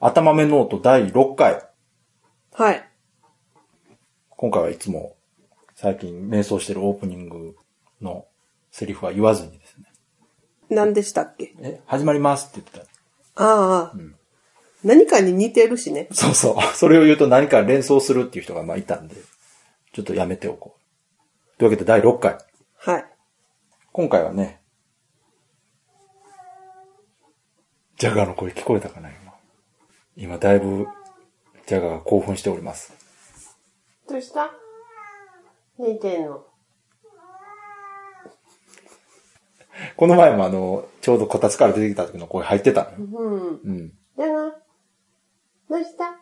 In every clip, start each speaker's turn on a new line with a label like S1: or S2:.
S1: 頭目ノート第6回。
S2: はい。
S1: 今回はいつも最近瞑想してるオープニングのセリフは言わずにですね。
S2: 何でしたっけ
S1: え、始まりますって言って
S2: ああ、何かに似てるしね。
S1: た。そうそう。それを言うと何か連想するっていう人がまあいたんで、ちょっとやめておこう。というわけで第6回。
S2: はい。
S1: 今回はね、ジャガーの声聞こえたかな今。今だいぶジャガーが興奮しております。
S2: どうした似てんの。
S1: この前もあの、ちょうどこたつから出てきた時の声入ってたのよ。
S2: うん。
S1: うん。
S2: じゃな。どうした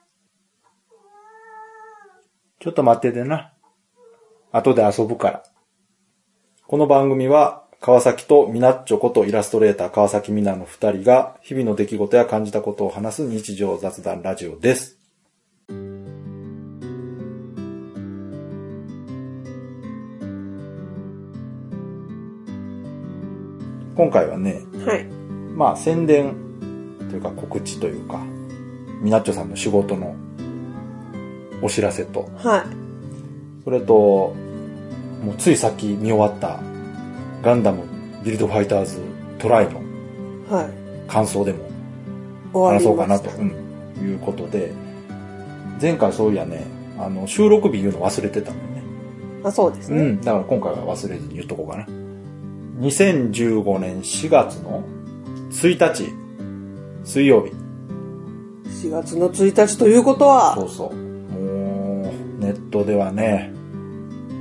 S1: ちょっと待っててな。後で遊ぶから。この番組は、川崎とミナッチョことイラストレーター川崎ミナの二人が、日々の出来事や感じたことを話す日常雑談ラジオです。今回はね、
S2: はい。
S1: まあ宣伝というか告知というか、ミナッチョさんの仕事のお知らせと、
S2: はい。
S1: それと、もうついさっき見終わった、ガンダムビルドファイターズトライの
S2: はい。
S1: 感想でも
S2: 終わ
S1: 話
S2: り
S1: そうか
S2: ま
S1: な
S2: し
S1: と、
S2: た。
S1: うんいうことで、前回そういやね、あの、収録日言うの忘れてたのね。
S2: あ、そうです
S1: う
S2: ね。
S1: ん。だから今回は忘れずに言っとこうかな。2015年4月の1日、水曜日。
S2: 4月の1日ということは
S1: そ、うそう。もう、ネットではね、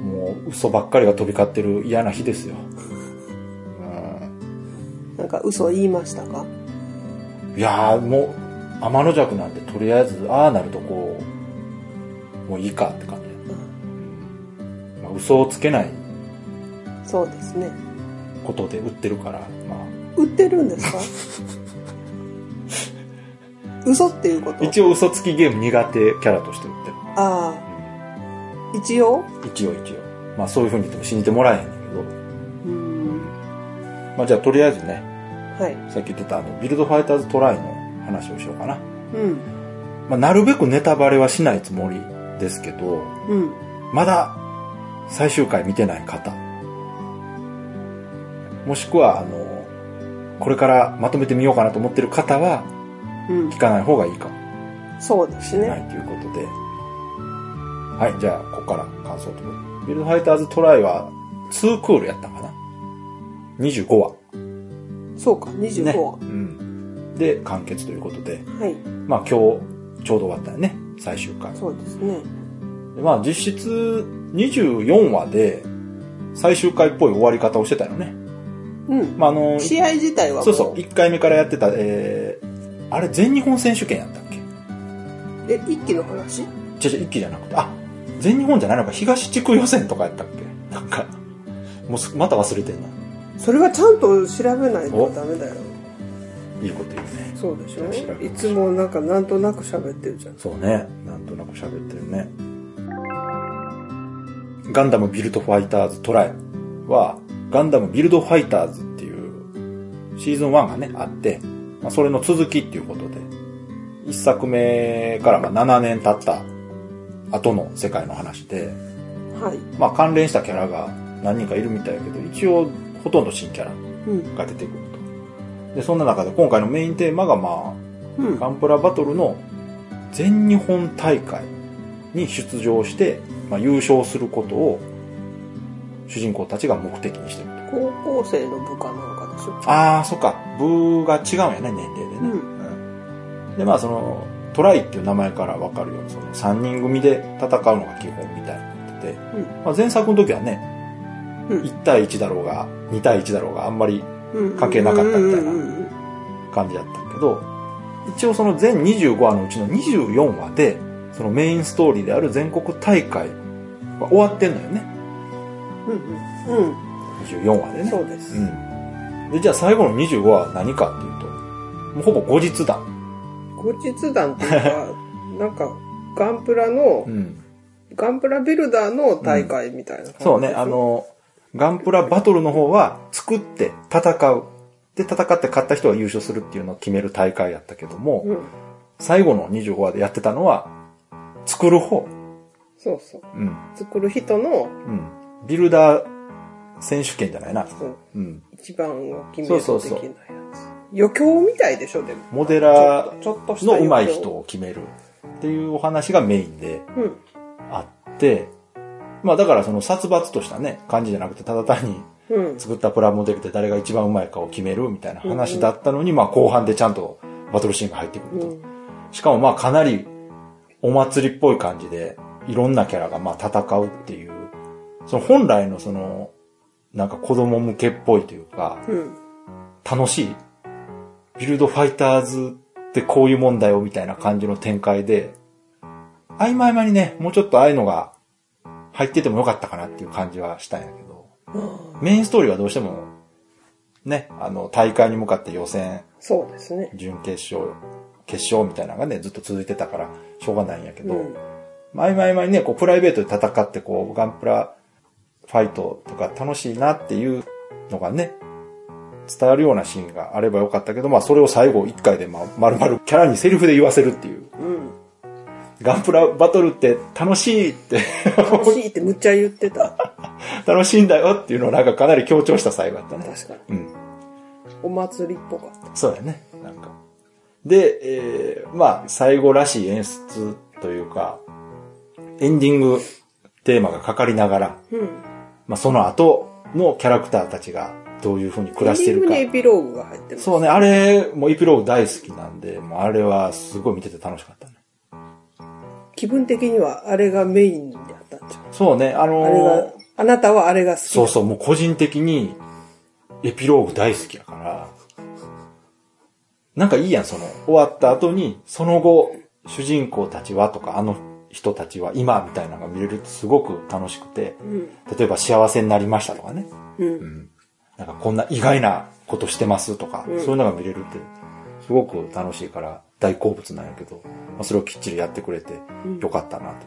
S1: もう嘘ばっかりが飛び交ってる嫌な日ですよ。うん
S2: なんか嘘を言いましたか
S1: いやー、もう、天の弱なんてとりあえず、ああなるとこう、もういいかって感じ。まあ、嘘をつけない
S2: そうですね。
S1: ことで売ってるから、ま
S2: 売ってるんですか 嘘っていうこ
S1: あ、
S2: と
S1: 一応嘘つきゲーム苦手キャラとして売ってる。
S2: ああ、一応
S1: うん一応一応。まあそういう風に言っても信じてもらえへんねんけど、
S2: うん。
S1: まあじゃあとりあえずね、
S2: はい。
S1: さっき言ってたあの、ビルドファイターズトライの話をしようかな。
S2: うん。
S1: まあ、なるべくネタバレはしないつもりですけど、
S2: うん。
S1: まだ最終回見てない方、もしくは、あの、これからまとめてみようかなと思ってる方は、
S2: うん
S1: 聞。かない方がいいか
S2: そうです
S1: もな
S2: ね。
S1: いということで、はい、じゃあ、ここから感想と。ビルドファイターズトライは、2クールやったかな ?25 話。
S2: そうか、25話。
S1: うん。で、完結ということで、
S2: はい。
S1: まあ今日、ちょうど終わったよね、最終回。
S2: そうですね。
S1: でまあ実質24話で最終回っぽい終わり方をしてたよね。
S2: うん。
S1: まああの、
S2: 試合自体はも
S1: そうそう、1回目からやってた、えー、あれ全日本選手権やったっけ
S2: え、一期の話
S1: 違う違う、1期じゃなくて、あ、全日本じゃないのか、東地区予選とかやったっけなんか、もうすまた忘れてんな。
S2: それはちゃんと調べないと
S1: お
S2: ダメだよ。
S1: いいこと言うね。
S2: そうでし
S1: 調べま
S2: ょ
S1: す
S2: いつもなんかなんとなく喋ってるじゃん。
S1: そうね、なんとなく喋ってるね。ガンダムビルドファイターズトライは、ガンダムビルドファイターズっていうシーズン1がね、あって、まあ、それの続きっていうことで、一作目からまあ7年経った後の世界の話で、
S2: はい。
S1: まあ関連したキャラが何人かいるみたいやけど、一応ほとんど新キャラ
S2: うん。
S1: が出てくると。で、そんな中で今回のメインテーマがまあ、
S2: うん。
S1: ガンプラバトルの全日本大会に出場して、まあ、優勝することを主人公たちが目的にしてる
S2: 高校生の部下なのかでしょ
S1: と。ああ、そっか。部が違うんやね、年齢でね。
S2: うん
S1: うんで、まあその、トライっていう名前からわかるように、その3人組で戦うのが基本みたいになってて、
S2: うん
S1: まあ、前作の時はね、
S2: うん
S1: 1対1だろうが、2対1だろうがあんまり
S2: うん。
S1: 関係なかったみたいな
S2: うんうんうんうん
S1: 感じだったけど、一応その全25話のうちの24話で、そのメインストーリーである全国大会は終わってんのよね。
S2: うんうん。うん
S1: 24話でね。
S2: そうです
S1: うん。で、じゃあ最後の25話は何かっていうと、もうほぼ後日だ。
S2: 後日談っていうか、なん か、ガンプラの
S1: う、ん。
S2: ガンプラビルダーの大会みたいな感じです。
S1: そうね、あの、ガンプラバトルの方は作って戦う。で、戦って勝った人が優勝するっていうのを決める大会やったけども、
S2: うん。
S1: 最後の25話でやってたのは、作る方。
S2: そうそう。
S1: うん。
S2: 作る人の、
S1: うん。ビルダー選手権じゃないな。
S2: そう
S1: うん。
S2: 一番を決める的なやつ。
S1: そうそうそう
S2: 余興みたいでしょ、でも。
S1: モデラー
S2: ちょっとした
S1: の上
S2: 余
S1: 手い
S2: 興
S1: 人を決めるっていうお話がメインで
S2: うん。
S1: あって、まあだからその殺伐としたね、感じじゃなくて、ただ単に
S2: うん。
S1: 作ったプラモデルで誰が一番上手いかを決めるみたいな話だったのに、まあ後半でちゃんとバトルシーンが入ってくる
S2: う
S1: と。
S2: ん。
S1: しかもまあかなりお祭りっぽい感じで、いろんなキャラがまあ戦うっていう、その本来のその、なんか子供向けっぽいというか、
S2: うん。
S1: 楽しい。ビルドファイターズってこういうもんだよみたいな感じの展開で、合間合間にね、もうちょっとああいうのが入っててもよかったかなっていう感じはしたんやけど、メインストーリーはどうしても、ね、あの、大会に向かって予選、
S2: そうですね。
S1: 準決勝、決勝みたいなのがね、ずっと続いてたから、しょうがないんやけ
S2: う
S1: ど、
S2: ん。
S1: まあ合間合間にね、こう、プライベートで戦って、こう、ガンプラファイトとか楽しいなっていうのがね、伝わるようなシーンがあればよかったけど、まあ、それを最後一回で、まあ、丸々キャラにセリフで言わせるっていう。
S2: うん。
S1: ガンプラバトルって楽しいって、
S2: 楽しいってむっちゃ言ってた。
S1: 楽しいんだよっていうのをなんかかなり強調した最後だったね。
S2: 確かに。
S1: うん。
S2: お祭りっぽかった。
S1: そうだね。なんか。で、えー、まあ、最後らしい演出というか、エンディングテーマがかかりながら、
S2: うん。
S1: まあ、その後のキャラクターたちがどういう風に暮らしてるか。
S2: エンディングにエピローグが入ってます。
S1: そうね、あれ、もうエピローグ大好きなんで、もうあれはすごい見てて楽しかったね。
S2: 気分的にはあれがメインだったんじゃん。
S1: そうね、あ
S2: あれ
S1: の
S2: が
S1: ー、
S2: あなたはあれが好きだ。
S1: そうそう、もう個人的にエピローグ大好きやから、なんかいいやん、その、終わった後に、その後、主人公たちはとか、あの人たちは今みたいなのが見れるとすごく楽しくて、
S2: うん。
S1: 例えば幸せになりましたとかね。
S2: うん。
S1: なんかこんな意外なことしてますとか、
S2: うん
S1: そういうのが見れるって、すごく楽しいから大好物なんやけど、まあ、それをきっちりやってくれて
S2: うん
S1: よかったなと。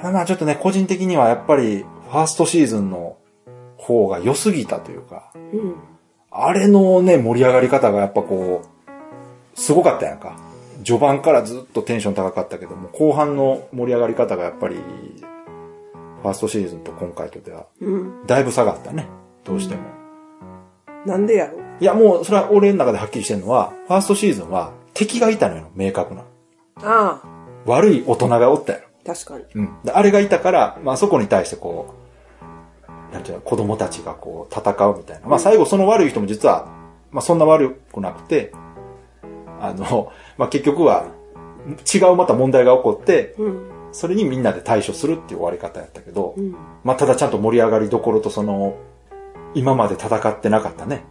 S1: ただまあちょっとね、個人的にはやっぱり、ファーストシーズンの方が良すぎたというか、
S2: うん。
S1: あれのね、盛り上がり方がやっぱこう、すごかったやんか。序盤からずっとテンション高かったけども、後半の盛り上がり方がやっぱり、ファーストシーズンと今回とでは、
S2: うん。
S1: だいぶ下がったね。どうしても。
S2: なんでやろ
S1: いや、もう、それは俺の中ではっきりしてるのは、ファーストシーズンは敵がいたのよ、明確な。
S2: ああ、
S1: 悪い大人がおったよ。
S2: 確かに。
S1: うん。であれがいたから、まあそこに対してこう、なんていうの、子供たちがこう、戦うみたいな。まあ最後その悪い人も実は、まあそんな悪くなくて、あの、まあ結局は、違うまた問題が起こって、
S2: うん。
S1: それにみんなで対処するっていう終わり方やったけど、
S2: うん。
S1: まあ、ただちゃんと盛り上がりどころとその、今まで戦ってなかったね、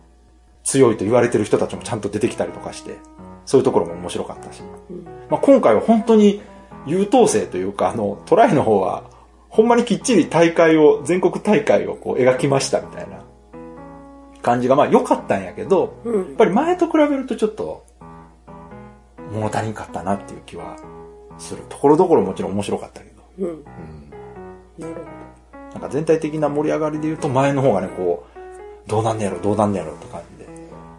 S1: 強いと言われてる人たちもちゃんと出てきたりとかして、そういうところも面白かったし。
S2: うん。
S1: まあ、今回は本当に優等生というか、あの、トライの方は、ほんまにきっちり大会を、全国大会をこう描きましたみたいな感じが、まあ良かったんやけど、
S2: う
S1: やっ
S2: ん。
S1: ぱり前と比べるとちょっと、物足りんかったなっていう気はする。ところどころもちろん面白かったけど。
S2: うん。
S1: うん
S2: なるほど。
S1: なんか全体的な盛り上がりで言うと前の方がね、こう、どうなんねやろ、どうなんねやろって感じで。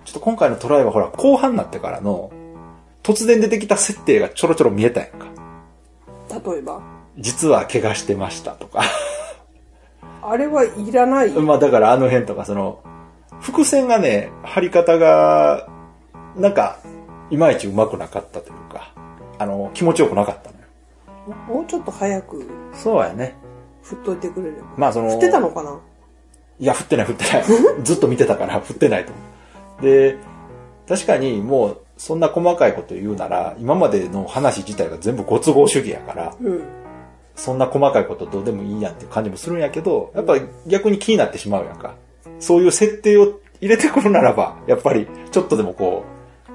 S1: ちょっと今回のトライはほら、後半になってからの、突然出てきた設定がちょろちょろ見えたやんか。
S2: 例えば
S1: 実は怪我してましたとか。
S2: あれはいらない。
S1: まあだからあの辺とかその、伏線がね、張り方が、なんか、いまいちうまくなかったというか、あの、気持ちよくなかったのよ。
S2: もうちょっと早く
S1: そうやね。
S2: 振っといてくれれば。
S1: まあその、
S2: 振ってたのかない
S1: や、降ってない降って ない。ずっと見てたから降ってないと思う。で、確かにもうそんな細かいこと言うなら、今までの話自体が全部ご都合主義やから、
S2: うん。
S1: そんな細かいことどうでもいいやんっていう感じもするんやけど、やっぱ逆に気になってしまうやんか。そういう設定を入れてくるならば、やっぱりちょっとでもこう、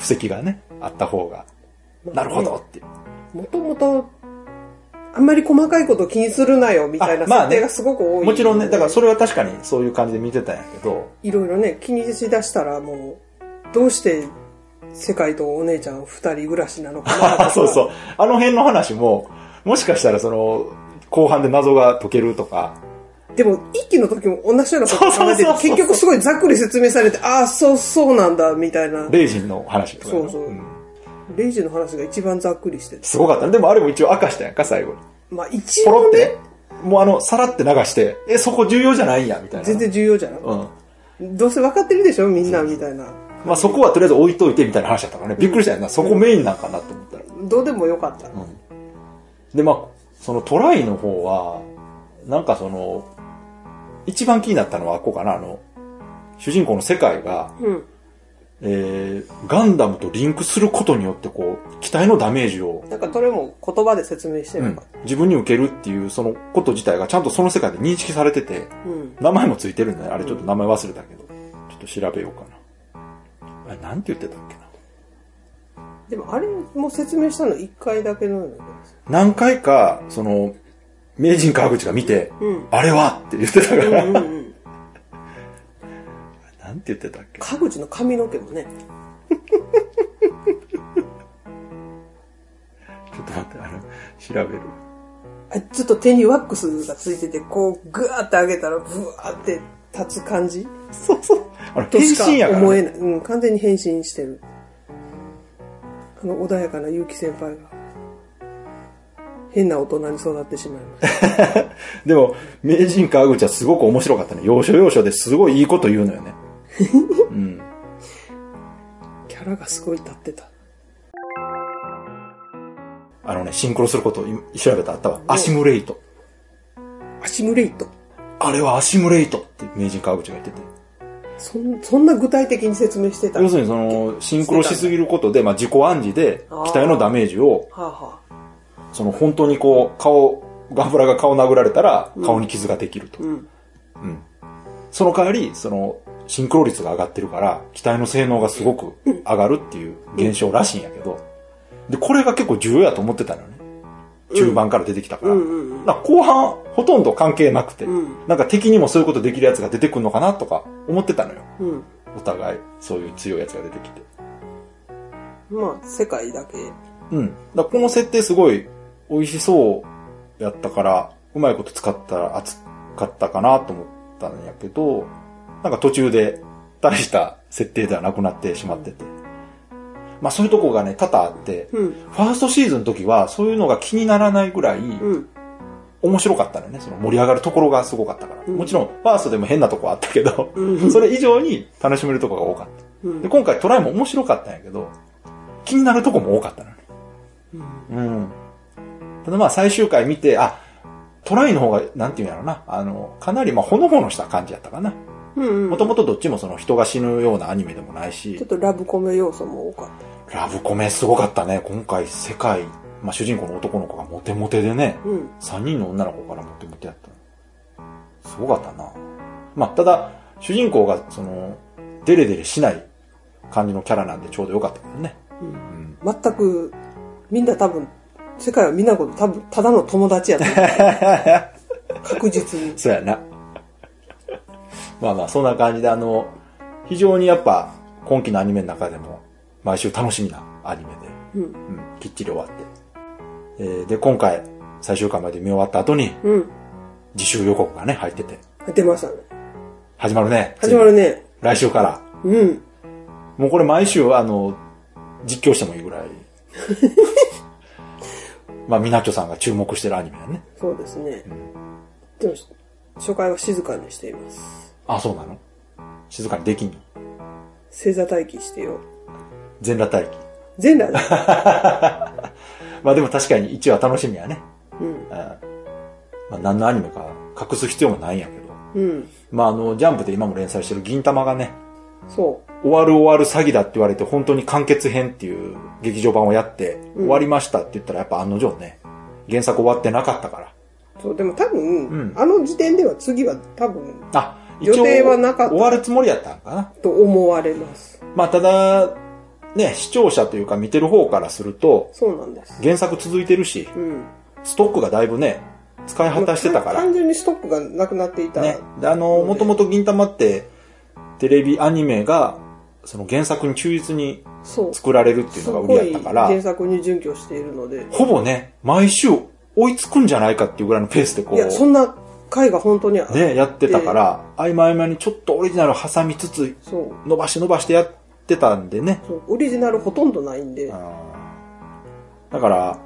S1: 布石がね、あった方が、なるほどっていう。
S2: もともと、あんまり細かいこと気にするなよ、みたいな
S1: あまあ
S2: 設
S1: ね
S2: 定がすごく多い、
S1: もちろんね、だからそれは確かにそういう感じで見てたんやけど、
S2: いろいろね、気にしだしたらもう、どうして世界とお姉ちゃん二人暮らしなのかなと か。
S1: そうそう。あの辺の話も、もしかしたらその、後半で謎が解けるとか、
S2: でも、一期の時も同じようなこと考えて
S1: そうそうそうそう、
S2: 結局すごいざっくり説明されて、ああ、そうそうなんだ、みたいな。
S1: レイジンの話とかね。
S2: そうそう
S1: うん
S2: レイジの話が一番ざっくりしてる。
S1: すごかったね。でもあれも一応明かしたやんか、最後に。
S2: まあ一
S1: ポロ
S2: 応
S1: っ
S2: ね
S1: て、、もうあの、さらって流して、え、そこ重要じゃないんや、みたいな。
S2: 全然重要じゃない。
S1: うん。
S2: どうせ分かってるでしょみんな、みたいな。
S1: まあそこはとりあえず置いといてみたいな話だったからね。びっくりしたよな。そこメインなんかなと思ったら。
S2: どうでもよかった。
S1: で、まあ、そのトライの方は、なんかその、一番気になったのはこうかな、あの、主人公の世界が、
S2: うん。
S1: えー、ガンダムとリンクすることによってこう、機体のダメージを、
S2: なんかそれも言葉で説明して
S1: う
S2: る
S1: ん
S2: かっ
S1: 自分に受けるっていうそのこと自体がちゃんとその世界で認識されてて、
S2: た。うん。
S1: 名前もついてるんだね。あれちょっと名前忘れたけど。ちょっと調べようかな。あれ、なんて言ってたっけな。
S2: でもあれも説明したの一回だけのような気がす
S1: 何回か、その、名人川口が見て、
S2: るうん。
S1: あれはって言ってたから、
S2: うんうんうん。
S1: なんて言ってたっけ
S2: 川口の髪の毛もね。
S1: ちょっと待って、あの、調べる。
S2: あちょっと手にワックスがついてて、こう、ぐわーって上げたら、ぶわーって立つ感じ
S1: そうそう。あの、
S2: と
S1: 変
S2: しか
S1: 身やから、
S2: 思え
S1: ね。
S2: ない。うん、完全に変身してる。あの、穏やかな結城先輩が、変な大人に育ってしまいました。
S1: でも、名人川口はすごく面白かったね。要所要所ですごいいいこと言うのよね。うん。
S2: キャラがすごい立ってた。
S1: あのね、シンクロすることを今調べたあったわ。アシムレイト。
S2: アシムレイト。
S1: あれはアシムレイトって名人川口が言ってて。
S2: そん、そんな具体的に説明してた。
S1: 要す
S2: は
S1: るにその、シンクロしすぎることで、まあ自己暗示で、機体のダメージを
S2: あ、はあ、
S1: その本当にこう、顔、ガンプラが顔殴られたら、顔に傷ができると。
S2: うん。
S1: その代わり、その、シンクロ率が上がってるから、機体の性能がすごく上がるっていう現象らしいんやけど、で、これが結構重要やと思ってたのね。中盤から出てきたから。
S2: うんうんうん
S1: なんか後半、ほとんど関係なくて、
S2: うん
S1: なんか敵にもそういうことできるやつが出てくるのかなとか思ってたのよ。
S2: うん。
S1: お互い、そういう強いやつが出てきて。
S2: まあ、世界だけ。
S1: うん。だからこの設定すごい美味しそうやったから、うまいこと使ったら熱かったかなと思ったんやけど、なんか途中で大した設定ではなくなってしまってて。まあそういうとこがね、多々あって、
S2: うん。
S1: ファーストシーズンの時はそういうのが気にならないぐらい
S2: うん。
S1: 面白かったのよね。その盛り上がるところがすごかったから。
S2: うん
S1: もちろん、ファーストでも変なとこあったけど、
S2: うん
S1: それ以上に楽しめるとこが多かった。
S2: うん
S1: で、。今回トライも面白かったんやけど、気になるとこも多かったのね。
S2: うん
S1: うん。ただまあ最終回見て、あ、トライの方が、なんていうんやろな、あの、かなりまあほのぼのした感じやったかな。
S2: うん。
S1: もともとどっちもその人が死ぬようなアニメでもない
S2: ちょ
S1: し
S2: っ、とラブコメ要素も多かった。
S1: ラブコメすごかったね。今回世界、まあ主人公の男の子がモテモテでね、
S2: うん。
S1: 3人の女の子からモテモテやった。すごかったな。まあただ、主人公がその、デレデレしない感じのキャラなんでちょうどよかったけどね。
S2: うん
S1: うん。
S2: 全く、みんな多分、世界はみんなこと多分、ただの友達やと思 う確実に。
S1: そうやな。まあまあ、そんな感じで、あの、非常にやっぱ、今期のアニメの中でも、毎週楽しみなアニメで、
S2: うん。
S1: うん、きっちり終わって。えーで、今回、最終回まで見終わった後に、
S2: うん。
S1: 自習予告がね、入ってて、
S2: 出ましたね。
S1: 始まるね。
S2: 始まるね。
S1: 来週から。
S2: うん。
S1: もうこれ毎週は、あの、実況してもいいぐらい。 まあ、みなっちょさんが注目してるアニメだね。
S2: そうですね。でも、初回は静かにしています。
S1: あ、そうなの静かにできんの
S2: 正座待機してよ。
S1: 全裸待機。
S2: 全裸 だ。
S1: まあでも確かに1話楽しみやね。
S2: うん。
S1: うんまあ、何のアニメか隠す必要もないんやけど。
S2: うん。
S1: まあ、あの、ジャンプで今も連載してる銀玉がね、
S2: そ
S1: 終わる終わる詐欺だって言われて、本当に完結編っていう劇場版をやって、終わりましたって言ったらやっぱ案の定ね、原作終わってなかったから。
S2: う。そう、でも多分、
S1: うん
S2: あの時点では次は多分、
S1: あ、
S2: 予定はなかった
S1: 終わるつもりやったんかな。
S2: と思われます。
S1: まあ、ただ、ね、視聴者というか見てる方からすると、
S2: そうなんです。
S1: 原作続いてるし、
S2: うん。
S1: ストックがだいぶね、使い果たしてたから。
S2: 単純にストックがなくなっていた。
S1: ね。であの、もともと銀玉って、テレビアニメが、その原作に忠実に
S2: そう。
S1: 作られるっていう
S2: す
S1: のが売
S2: ご
S1: り
S2: い
S1: やったから、
S2: 原作に準拠しているので。
S1: ほぼね、毎週追いつくんじゃないかっていうぐらいのペースでこ
S2: いや、そ
S1: うん
S2: な回が本当にあって
S1: ね、やってたか。ら、合間合間にちょっとオリジナル挟みつつ、
S2: そう。
S1: 伸ばして伸ばしてやってたんでね。
S2: そうオリジナルほとんどないんで、
S1: あだから、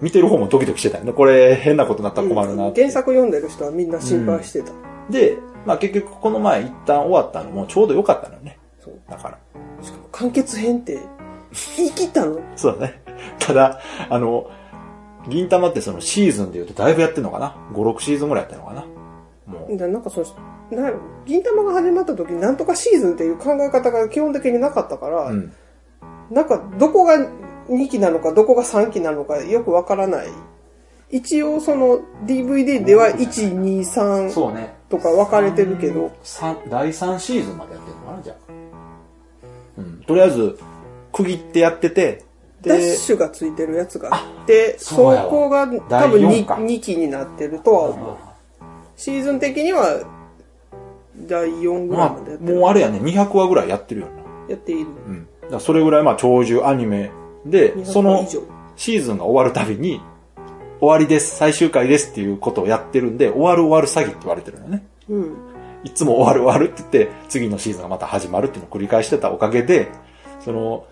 S1: 見てる方もドキドキしてたよね。これ変なことになったら困るなって。
S2: 原作読んでる人はみんな心配してた。
S1: で、まあ結局この前一旦終わったのもちょうど良かったのよね。
S2: そう
S1: だから。
S2: しかも完結編って、言い切ったの
S1: そうだね。ただ、あの、銀玉ってそのシーズンで言うとだいぶやってんのかな ?5、6シーズンぐらいやってんのかなもう。
S2: だなんかその、な銀玉が始まった時になんとかシーズンっていう考え方が基本的になかったから、
S1: うん。
S2: なんかどこが2期なのかどこが3期なのかよくわからない。一応その DVD では1、2、3
S1: そうね。
S2: とか分かれてるけど、
S1: 三第3シーズンまでやってるのかなじゃあ。うん。とりあえず、区切ってやってて、
S2: ダッシュがついてるやつがあって、走
S1: そうやわ
S2: 行が多
S1: 第
S2: 分
S1: 四
S2: 2,
S1: か
S2: 2期になってるとは思う。
S1: ま
S2: シーズン的には第4ぐらい
S1: あ
S2: までや、ってる。
S1: もうあれやね、200話ぐらいやってるよな。
S2: やっている。
S1: うん。だからそれぐらいまあ長寿アニメで、
S2: 200
S1: その
S2: 以上
S1: シーズンが終わるたびに、終わりです、最終回ですっていうことをやってるんで、終わる終わる詐欺って言われてるのね。
S2: うん。
S1: いつも終わる終わるって言って、次のシーズンがまた始まるっていうのを繰り返してたおかげで、その、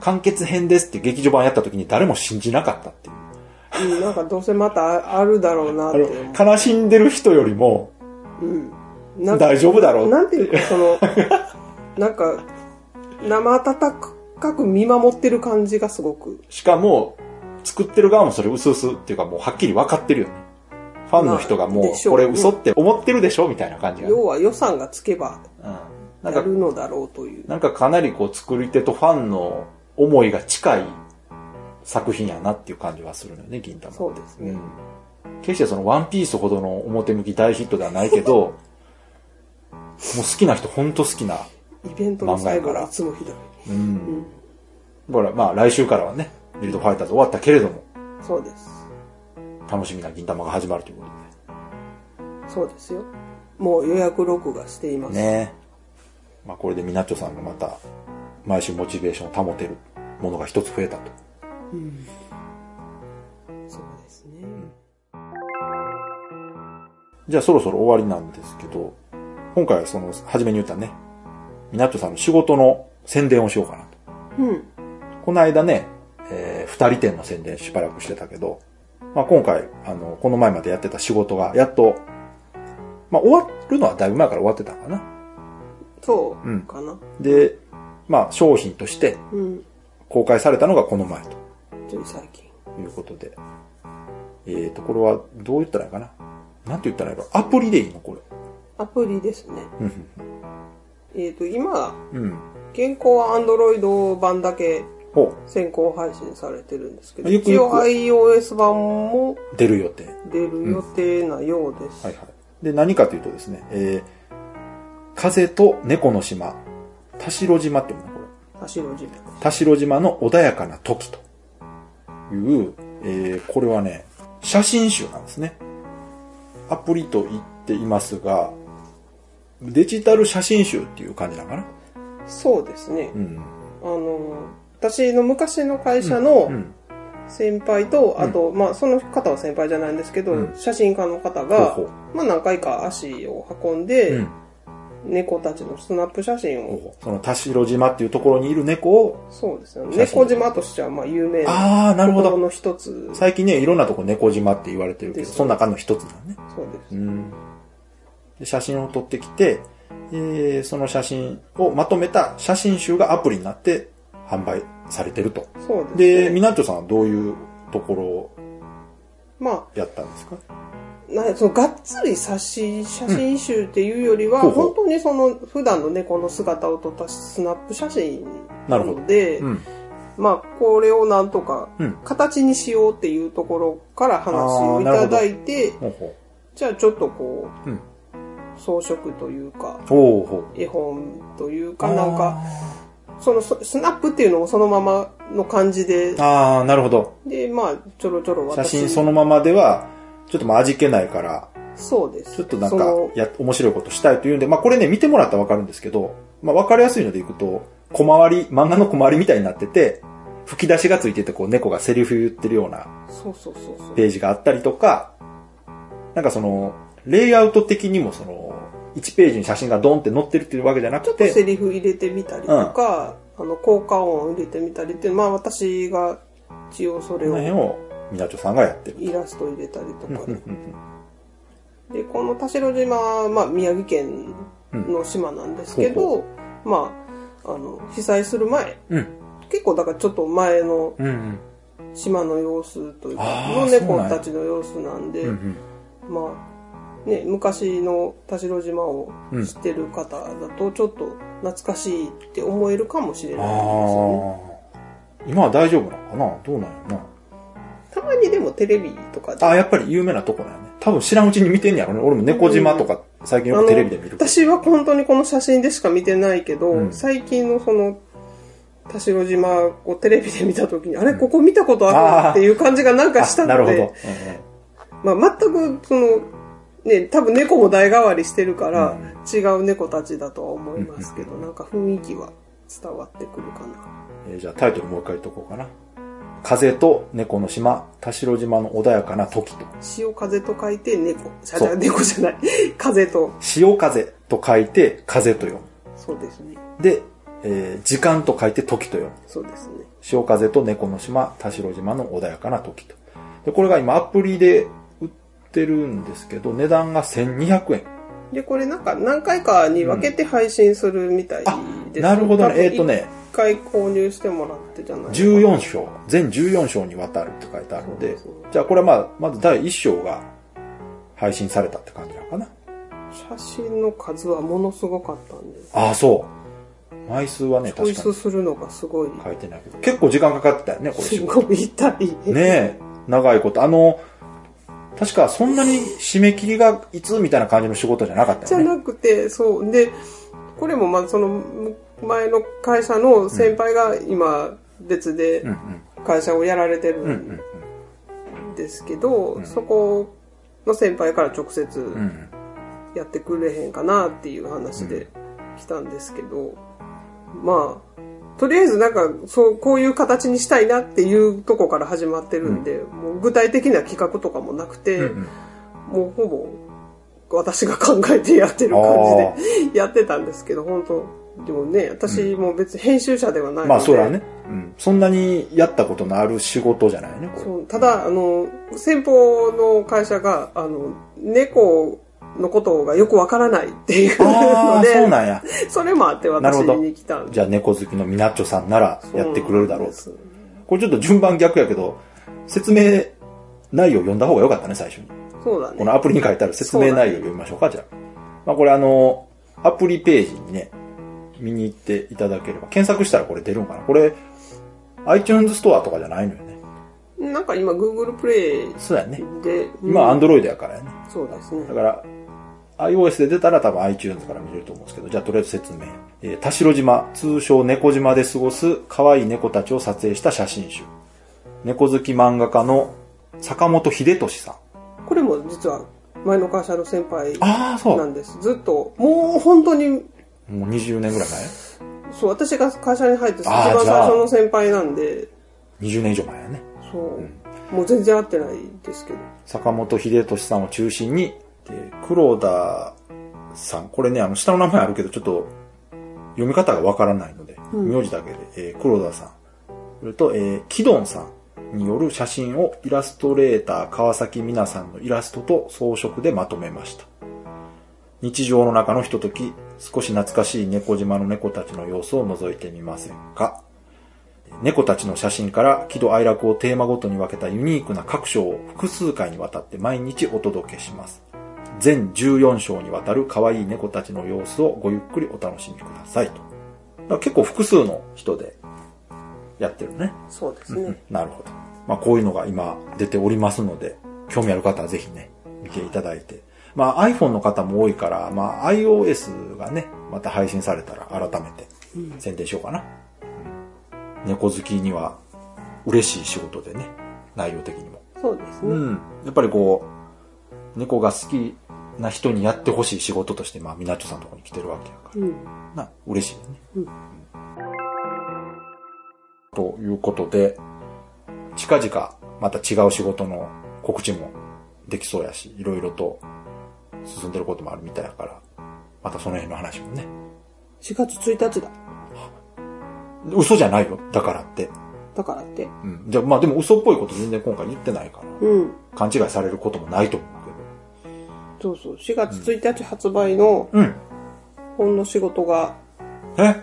S1: 完結編ですって劇場版やった時に誰も信じなかったっていう。
S2: うんなんかどうせまたあるだろうなっ
S1: あ
S2: て思う。
S1: の、悲しんでる人よりも、
S2: うん。なんか
S1: 大丈夫だろう。
S2: なんていうか、その、 なんか、生温かく見守ってる感じがすごく。
S1: しかも、作ってる側もそれ薄々っていうかもうはっきり分かってるよね。ファンの人が
S2: ま
S1: も
S2: あでし
S1: う、
S2: ょう
S1: これ嘘って思ってるでしょみたいな感じがね、
S2: 要は予算がつけば
S1: うん。な
S2: や
S1: んか
S2: る、のだろうという。
S1: なんかかなりこう作り手とファンの思いが近い作品やなっていう感じはするのよね、銀玉って。
S2: そうですね
S1: うん決してそのワンピースほどの表向き大ヒットではないけど、もう好きな人ほんと好きな。
S2: イベントの最後
S1: 漫画やか
S2: は
S1: ら
S2: いつもひどい。
S1: うん。ほら、まあ来週からはね、ビルドファイターズ終わったけれども、
S2: そうです。
S1: 楽しみな銀玉が始まるということで。
S2: そうですよ。もう予約録画しています。
S1: ねまあこれでミナッチョさんがまた毎週モチベーションを保てるものが一つ増えたと。
S2: そうですね。
S1: じゃあそろそろ終わりなんですけど、今回はその、初めに言ったね、ミナッチョさんの仕事の宣伝をしようかなと。
S2: うん。
S1: この間ね、えー二人店の宣伝しばらくしてたけど、まあ今回、あの、この前までやってた仕事が、やっと、まあ終わるのはだいぶ前から終わってたのかな。
S2: そうかな。
S1: で、まあ商品として
S2: うん。
S1: 公開されたのがこの前と。
S2: つい最近。
S1: ということで。えーと、これはどう言ったらいいかななんて言ったらいいのアプリでいいのこ
S2: アプリですね。
S1: れ。
S2: えっ、と、今、
S1: うん。
S2: 現行は Android 版だけ
S1: ほ
S2: 先行配信されてるんですけど、
S1: ゆくゆ
S2: 一
S1: く
S2: 応 iOS 版も
S1: う。出る予定。
S2: 出る予定なようです。
S1: はいはい。で、何かというとですね、えー、風と猫の島、田代島って読むのこれ。
S2: 田代地面。
S1: 田代島の穏やかな時という、えー、これはね、写真集なんですね。アプリと言っていますが、デジタル写真集っていう感じなのかな
S2: そうですね。
S1: うん。
S2: あの、私の昔の会社の
S1: うん。
S2: 先輩と、あと、まあ、その方は先輩じゃないんですけど、
S1: うん
S2: 写真家の方が
S1: ほうほ、
S2: まあ、何回か足を運んで、
S1: うん。
S2: 猫たちのスナップ写真を、
S1: その田代島っていうところにいる猫を、
S2: そうですよね。
S1: 写真
S2: 猫島としては、まあ、有名な
S1: ああ、な
S2: と
S1: る
S2: こ
S1: ほ
S2: ろ
S1: ど。
S2: の一つ。
S1: 最近ね、いろんなとこ猫島って言われてるけ
S2: で
S1: ど、
S2: すね
S1: その中の一つなのね。
S2: そうで
S1: う
S2: す。
S1: ん。で写真を撮ってきて、えーその写真をまとめた写真集がアプリになって販売されてると。
S2: そうです、ね。
S1: で、ミナッチョさんはどういうところを
S2: まあ、
S1: やったんですか
S2: なそのがっつり写真写真集っていうよりは、
S1: うんほうほう
S2: 本当にその普段の猫の姿を撮ったスナップ写真
S1: な
S2: な
S1: るほど
S2: ので、
S1: うん。
S2: まあこれをなんとか
S1: うん
S2: 形にしようっていうところから話をいただいて、
S1: ほうほ
S2: じゃあちょっとこ
S1: う。うん。
S2: う装飾というか
S1: ほうほう。
S2: 絵本というかなんかそのそスナップっていうのをそのままの感じで
S1: あー。あーなるほど。
S2: でまあちょろちょろ
S1: 写
S2: 私
S1: 真そのままでは、ちょっとまあ味気ないから、
S2: そうです
S1: ちょっとなん
S2: そ
S1: か
S2: の、
S1: や、面白いことしたいというんで、まあこれね、見てもらったらわかるんですけど、まあわかりやすいのでいくと、小回り、漫画の小回りみたいになってて、吹き出しがついてて、こう猫がセリフ言ってるような
S2: そうそうそうそう
S1: ページがあったりとか、なんかその、レイアウト的にもその、1ページに写真がドンって載ってるっていうわけじゃな
S2: ちょ
S1: く
S2: っとセ
S1: て、
S2: リフ入れてみたりとか、あの効果音を入れてみたりっていうまあ私が一応そ
S1: こ
S2: れ
S1: の辺
S2: を
S1: を、みなちょさんがやってる。
S2: イラスト入れたりとか
S1: うん
S2: で
S1: うん
S2: でこの田代島は、まあ、宮城県の島なんですけ
S1: うんほ
S2: ど、まあ、あの被災する前
S1: うん。
S2: 結構だからちょっと前の
S1: うんうん。
S2: 島の様子というか
S1: あー
S2: の
S1: そう
S2: 猫
S1: なんや
S2: たちの様子なんで
S1: うんうん。
S2: まあね、昔の田代島を
S1: うん
S2: 知ってる方だとちょっと懐かしいって思えるかもしれ
S1: あ
S2: ないですよね。
S1: あ。今は大丈夫なのかなどうなんやろな。
S2: たまにでもテレビとかで
S1: ああ、やっぱり有名なとこだよね。多分知らんうちに見てんねやろね。俺も猫島とか最近よくテレビで見るけど。
S2: 私は本当にこの写真でしか見てないけど、
S1: うん
S2: 最近のその田代島をテレビで見た時に、あれここ見たことあるなっていう感じがなんかした
S1: あ、なる
S2: の
S1: ほど。
S2: で、まあ、全くその、ね、多分猫も代替わりしてるから、違う猫たちだとは思いますけど、なんか雰囲気は伝わってくるかな。
S1: うんうんえーじゃあタイトルもう一回言っとこうかな。風と猫の島、田代島の穏やかな時と。
S2: 潮風と書いて猫。じゃ
S1: そう
S2: じゃ猫じゃない。 風と。
S1: 潮風と書いて風と読
S2: そうですね。
S1: む。で、えー時間と書いて時と読む。
S2: そうですね。
S1: 潮風と猫の島、田代島の穏やかな時と。で、これが今アプリで売ってるんですけど、値段が1200円。
S2: で、これなんか何回かに分けて配信するみたいです。
S1: なるほどね。えっ、と
S2: 多分
S1: ね、
S2: 一回購入してもらってじゃないかな
S1: 14章、全14章にわたるって書いてあるんで
S2: そうそう、
S1: じゃあこれはまあ、まず第1章が配信されたって感じなのかな。
S2: 写真の数はものすごかったんで、
S1: ああ、そう。枚数はね、
S2: チョ
S1: 確
S2: イ
S1: か
S2: ス
S1: に
S2: するのがすごい、
S1: 書いてないけど、結構時間かかってたよね、これ
S2: す
S1: 仕
S2: ご
S1: 事。
S2: い痛い。
S1: ねえ、長いこと。あの、確かそんなに締め切りがいつみたいな感じの仕事じゃなかった
S2: じ
S1: よ
S2: ゃ
S1: ね。
S2: なくて、そう。で、これもまあそのむ前の会社の先輩が今別で
S1: うんうん
S2: 会社をやられて
S1: うんう
S2: るん
S1: ん
S2: ですけど、そこの先輩から直
S1: う
S2: 接
S1: ん
S2: やってくれへんかなっていう話で来たんですけど、まあ、とりあえずなんか、そう、こういう形にしたいなっていうとこから始まってるんで、もう具体的な企画とかもなくて、
S1: うんうん
S2: もうほぼ私が考えてやってる感じでやってたんですけど、本当でもね、私も別に編集者ではないので、
S1: まあ、それはね、うんそんなにやったことのある仕事じゃないね、これ。
S2: そうただ、あの、先方の会社が、あの、猫のことがよくわからないっていう
S1: あ
S2: の
S1: あ、そう
S2: で、
S1: なんや。
S2: それもあって
S1: なる
S2: 私
S1: ほど
S2: に来たんで。
S1: じゃあ猫好きのミナッチョさんならやってくれるだろうと。
S2: そうなんです
S1: これちょっと順番逆やけど、説明内容読んだ方が良かったね、最初に。
S2: そうだね。
S1: このアプリに書いてある説明内容読みましょうか、じゃあ。まあこれあの、アプリページにね、見に行っていただければ、検索したらこれ出るんかな。これ、iTunes ストアとかじゃないのよね。
S2: なんか今 Google プレイ
S1: そうやね。
S2: で、
S1: 今
S2: うん
S1: Android やからやね。
S2: そうですね
S1: だ。から、iOS で出たら多分 iTunes から見れると思うんですけど、じゃあとりあえず説明。えー田代島、通称猫島で過ごす可愛い猫たちを撮影した写真集。猫好き漫画家の坂本秀俊さん。
S2: これも実は前の会社の先輩
S1: ああ、そ
S2: な
S1: う。
S2: んです。ずっと、もう本当に、
S1: もう20年ぐらい前
S2: そう、私が会社に入って一
S1: あー
S2: 番最
S1: じゃあ
S2: 初の先輩なんで、
S1: ?20 年以上前やね。
S2: そう、もう全然会ってないですけど。
S1: 坂本秀俊さんを中心に、で黒田さん、これね、あの、下の名前あるけど、ちょっと、読み方がわからないので、
S2: うん
S1: 名字だけで、えー黒田さん、それと、えー、木ドンさんによる写真をイラストレーター川崎美奈さんのイラストと装飾でまとめました。日常の中のひととき、少し懐かしい猫島の猫たちの様子を覗いてみませんか猫たちの写真から喜怒哀楽をテーマごとに分けたユニークな各章を複数回にわたって毎日お届けします。全14章にわたる可愛い猫たちの様子をごゆっくりお楽しみくださいと。だから結構複数の人でやってるね。
S2: そうですね。
S1: なるほど。まあこういうのが今出ておりますので、興味ある方はぜひね、見ていただいて。まあ iPhone の方も多いから、まあ iOS がね、また配信されたら改めて宣伝しようかな。うん猫好きには嬉しい仕事でね、内容的にも。
S2: そうですね、
S1: うん。やっぱりこう、猫が好きな人にやってほしい仕事として、まあ、みなっちょさんのところに来てるわけやから。
S2: うん
S1: な、嬉しいよね。
S2: うん
S1: ということで、近々また違う仕事の告知もできそうやし、いろいろと進んでることもあるみたいだから、またその辺の話もね。
S2: 4月1日だ。
S1: 嘘じゃないよ。だからって。
S2: だからって。
S1: うん。じゃあ、まあでも嘘っぽいこと全然今回言ってないから、
S2: うん。
S1: 勘違いされることもないと思う
S2: そうそう。4月1日発売の
S1: けど。うん。
S2: 本の仕事が
S1: え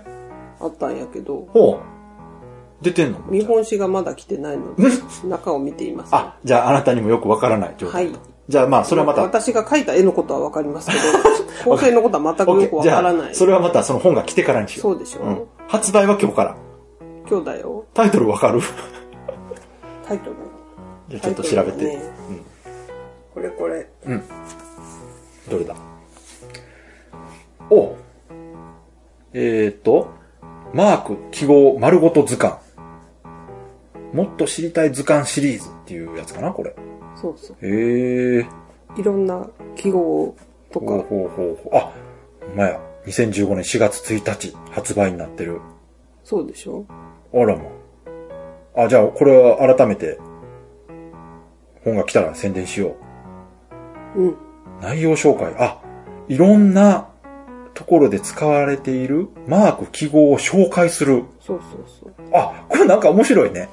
S2: あったんやけど、
S1: ほう。出てんの
S2: 見本紙がまだ来てな いので、中を見ています。
S1: あ、じゃああなたにもよくわからない状態。
S2: はい
S1: じゃあまあそれはまた、
S2: 私が描いた絵のことはわかりますけ ど、構成のことは全くよ
S1: オ
S2: く
S1: ッケー
S2: わ
S1: じ
S2: か
S1: ゃ
S2: らな
S1: あ
S2: い。
S1: それはまたその本が来てからにしよう。
S2: そうでしょ
S1: うん。発売は今日から。
S2: 今日だよ。
S1: タイトルわかる
S2: タイトル。
S1: じゃあちょっと調べて。
S2: タイトルがねこれこれ。
S1: どれだおえっ、ー、と、マーク記号丸ごと図鑑。もっと知りたい図鑑シリーズっていうやつかなこれ。
S2: そうそう。
S1: へえ。
S2: いろんな記号と
S1: ほうほう
S2: か、
S1: ほうほう。あ、ほんまや。2015年4月1日発売になってる。
S2: そうでしょ
S1: あらま。あ、じゃあこれは改めて、本が来たら宣伝しよう。
S2: うん。
S1: 内容紹介。あ、いろんなところで使われているマーク記号を紹介する。
S2: そうそうそう。
S1: あ、これなんか面白いね。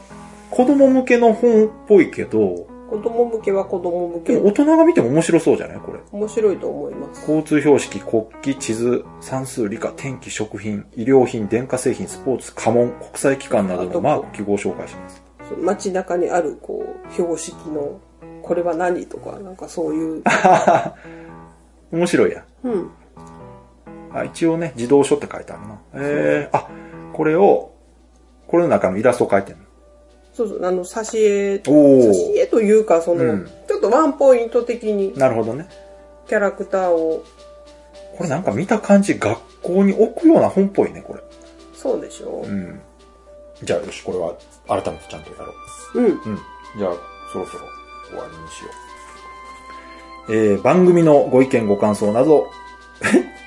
S1: 子供向けの本っぽいけど、
S2: 子供向けは子供向
S1: で
S2: け
S1: も。大人が見ても面白そうじゃないこれ。
S2: 面白いと思います。
S1: 交通標識、国旗、地図、算数、理科、天気、食品、医療品、電化製品、スポーツ、家紋、国際機関などのマーク記号を紹介します。
S2: そう街中にある、こう、標識の、これは何とか、なんかそういう。
S1: 面白いやん。
S2: うん。
S1: あ、一応ね、自動書って書いてあるな。えー、あ、これを、これの中のイラストを描いてるの。
S2: そうそう、あの、挿絵、
S1: おー
S2: 挿絵というか、その、
S1: うん
S2: ちょっとワンポイント的に
S1: なるほどね。
S2: キャラクターを、
S1: これなんか見た感じ、学校に置くような本っぽいね、これ。
S2: そうでしょ
S1: うん。じゃあよし、これは改めてちゃんとやろう。
S2: うん。
S1: うん。じゃあ、そろそろ終わりにしよう。えー、番組のご意見ご感想など、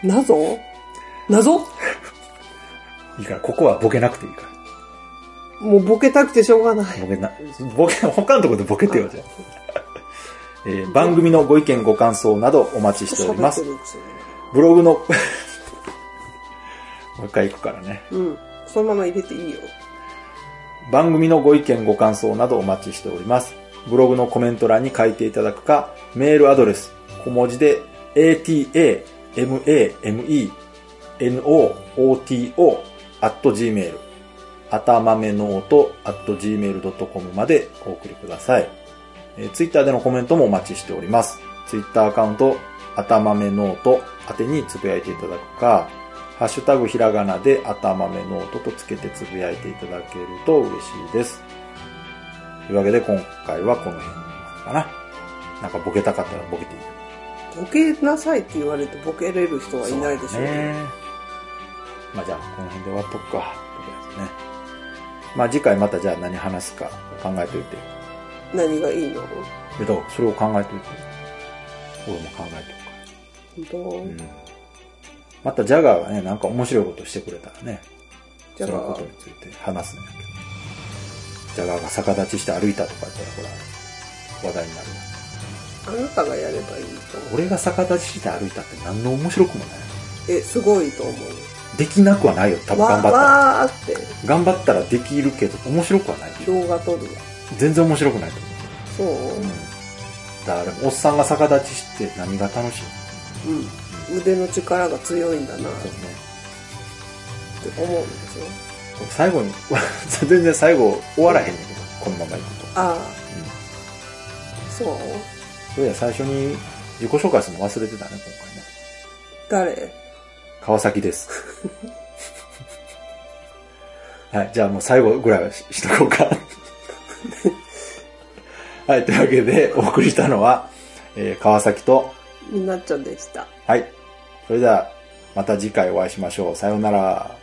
S2: 謎謎
S1: いいから、ここはボケなくていいか
S2: もうボケたくてしょうがない
S1: ら。。ボケな、ボケ、他のところでボケてよ、じゃあ。えー、番組のご意見ご感想などお待ちしております。
S2: 喋ってるくせに
S1: ブログの、も う一回行くからね。
S2: うん。そのまま入れていいよ。
S1: 番組のご意見ご感想などお待ちしております。ブログのコメント欄に書いていただくか、メールアドレス、小文字で atamame,nooto, gmail, 頭めの音、gmail.com までお送りください。えー、ツイッターでのコメントもお待ちしております。ツイッターアカウント、頭めノート宛てにつぶやいていただくか、ハッシュタグひらがなで頭めノートとつけてつぶやいていただけると嬉しいです。というわけで今回はこの辺かな。なんかボケたかったらボケていい。
S2: ボケなさいって言われてボケれる人はいないでしょうね。。
S1: まあじゃあこの辺で終わっとくか。とりあえずね。まあ次回またじゃあ何話すか考えといて。
S2: 何がいいの
S1: えだからそれを考えといて。俺も考えとくから。
S2: 本当、
S1: うんまたジャガーがね、なんか面白いことしてくれたらね、
S2: じゃ
S1: そのこ
S2: あ
S1: とに、ついて話すんだけど。ジャガーが逆立ちして歩いたとか言ったら、ほら、話題になるわ。
S2: あなたがやればいいと思う。
S1: 俺が逆立ちして歩いたって何の面白くもない。
S2: え、すごいと思う。
S1: できなくはないよ、多分頑張
S2: わ
S1: ったら。
S2: わーって
S1: 頑張ったらできるけど、面白くはない。
S2: 動画撮るわ。
S1: 全然面白くないと思
S2: そう、
S1: う。だから、おっさんが逆立ちして何が楽しい
S2: うん、腕の力が強いんだなっ
S1: そうね。
S2: て思うんですよ。
S1: 最後に、 全然最後終わらへんねんけど、このままいくと。
S2: ああ、そう
S1: そういや、最初に自己紹介するの忘れてたね、今回ね。
S2: 誰
S1: 川崎です。 はい、じゃあもう最後ぐらいはししとこうか。 はい、というわけでお送りしたのは、えー川崎と、
S2: みなっちゃんでした。
S1: はい。それでは、また次回お会いしましょう。さようなら。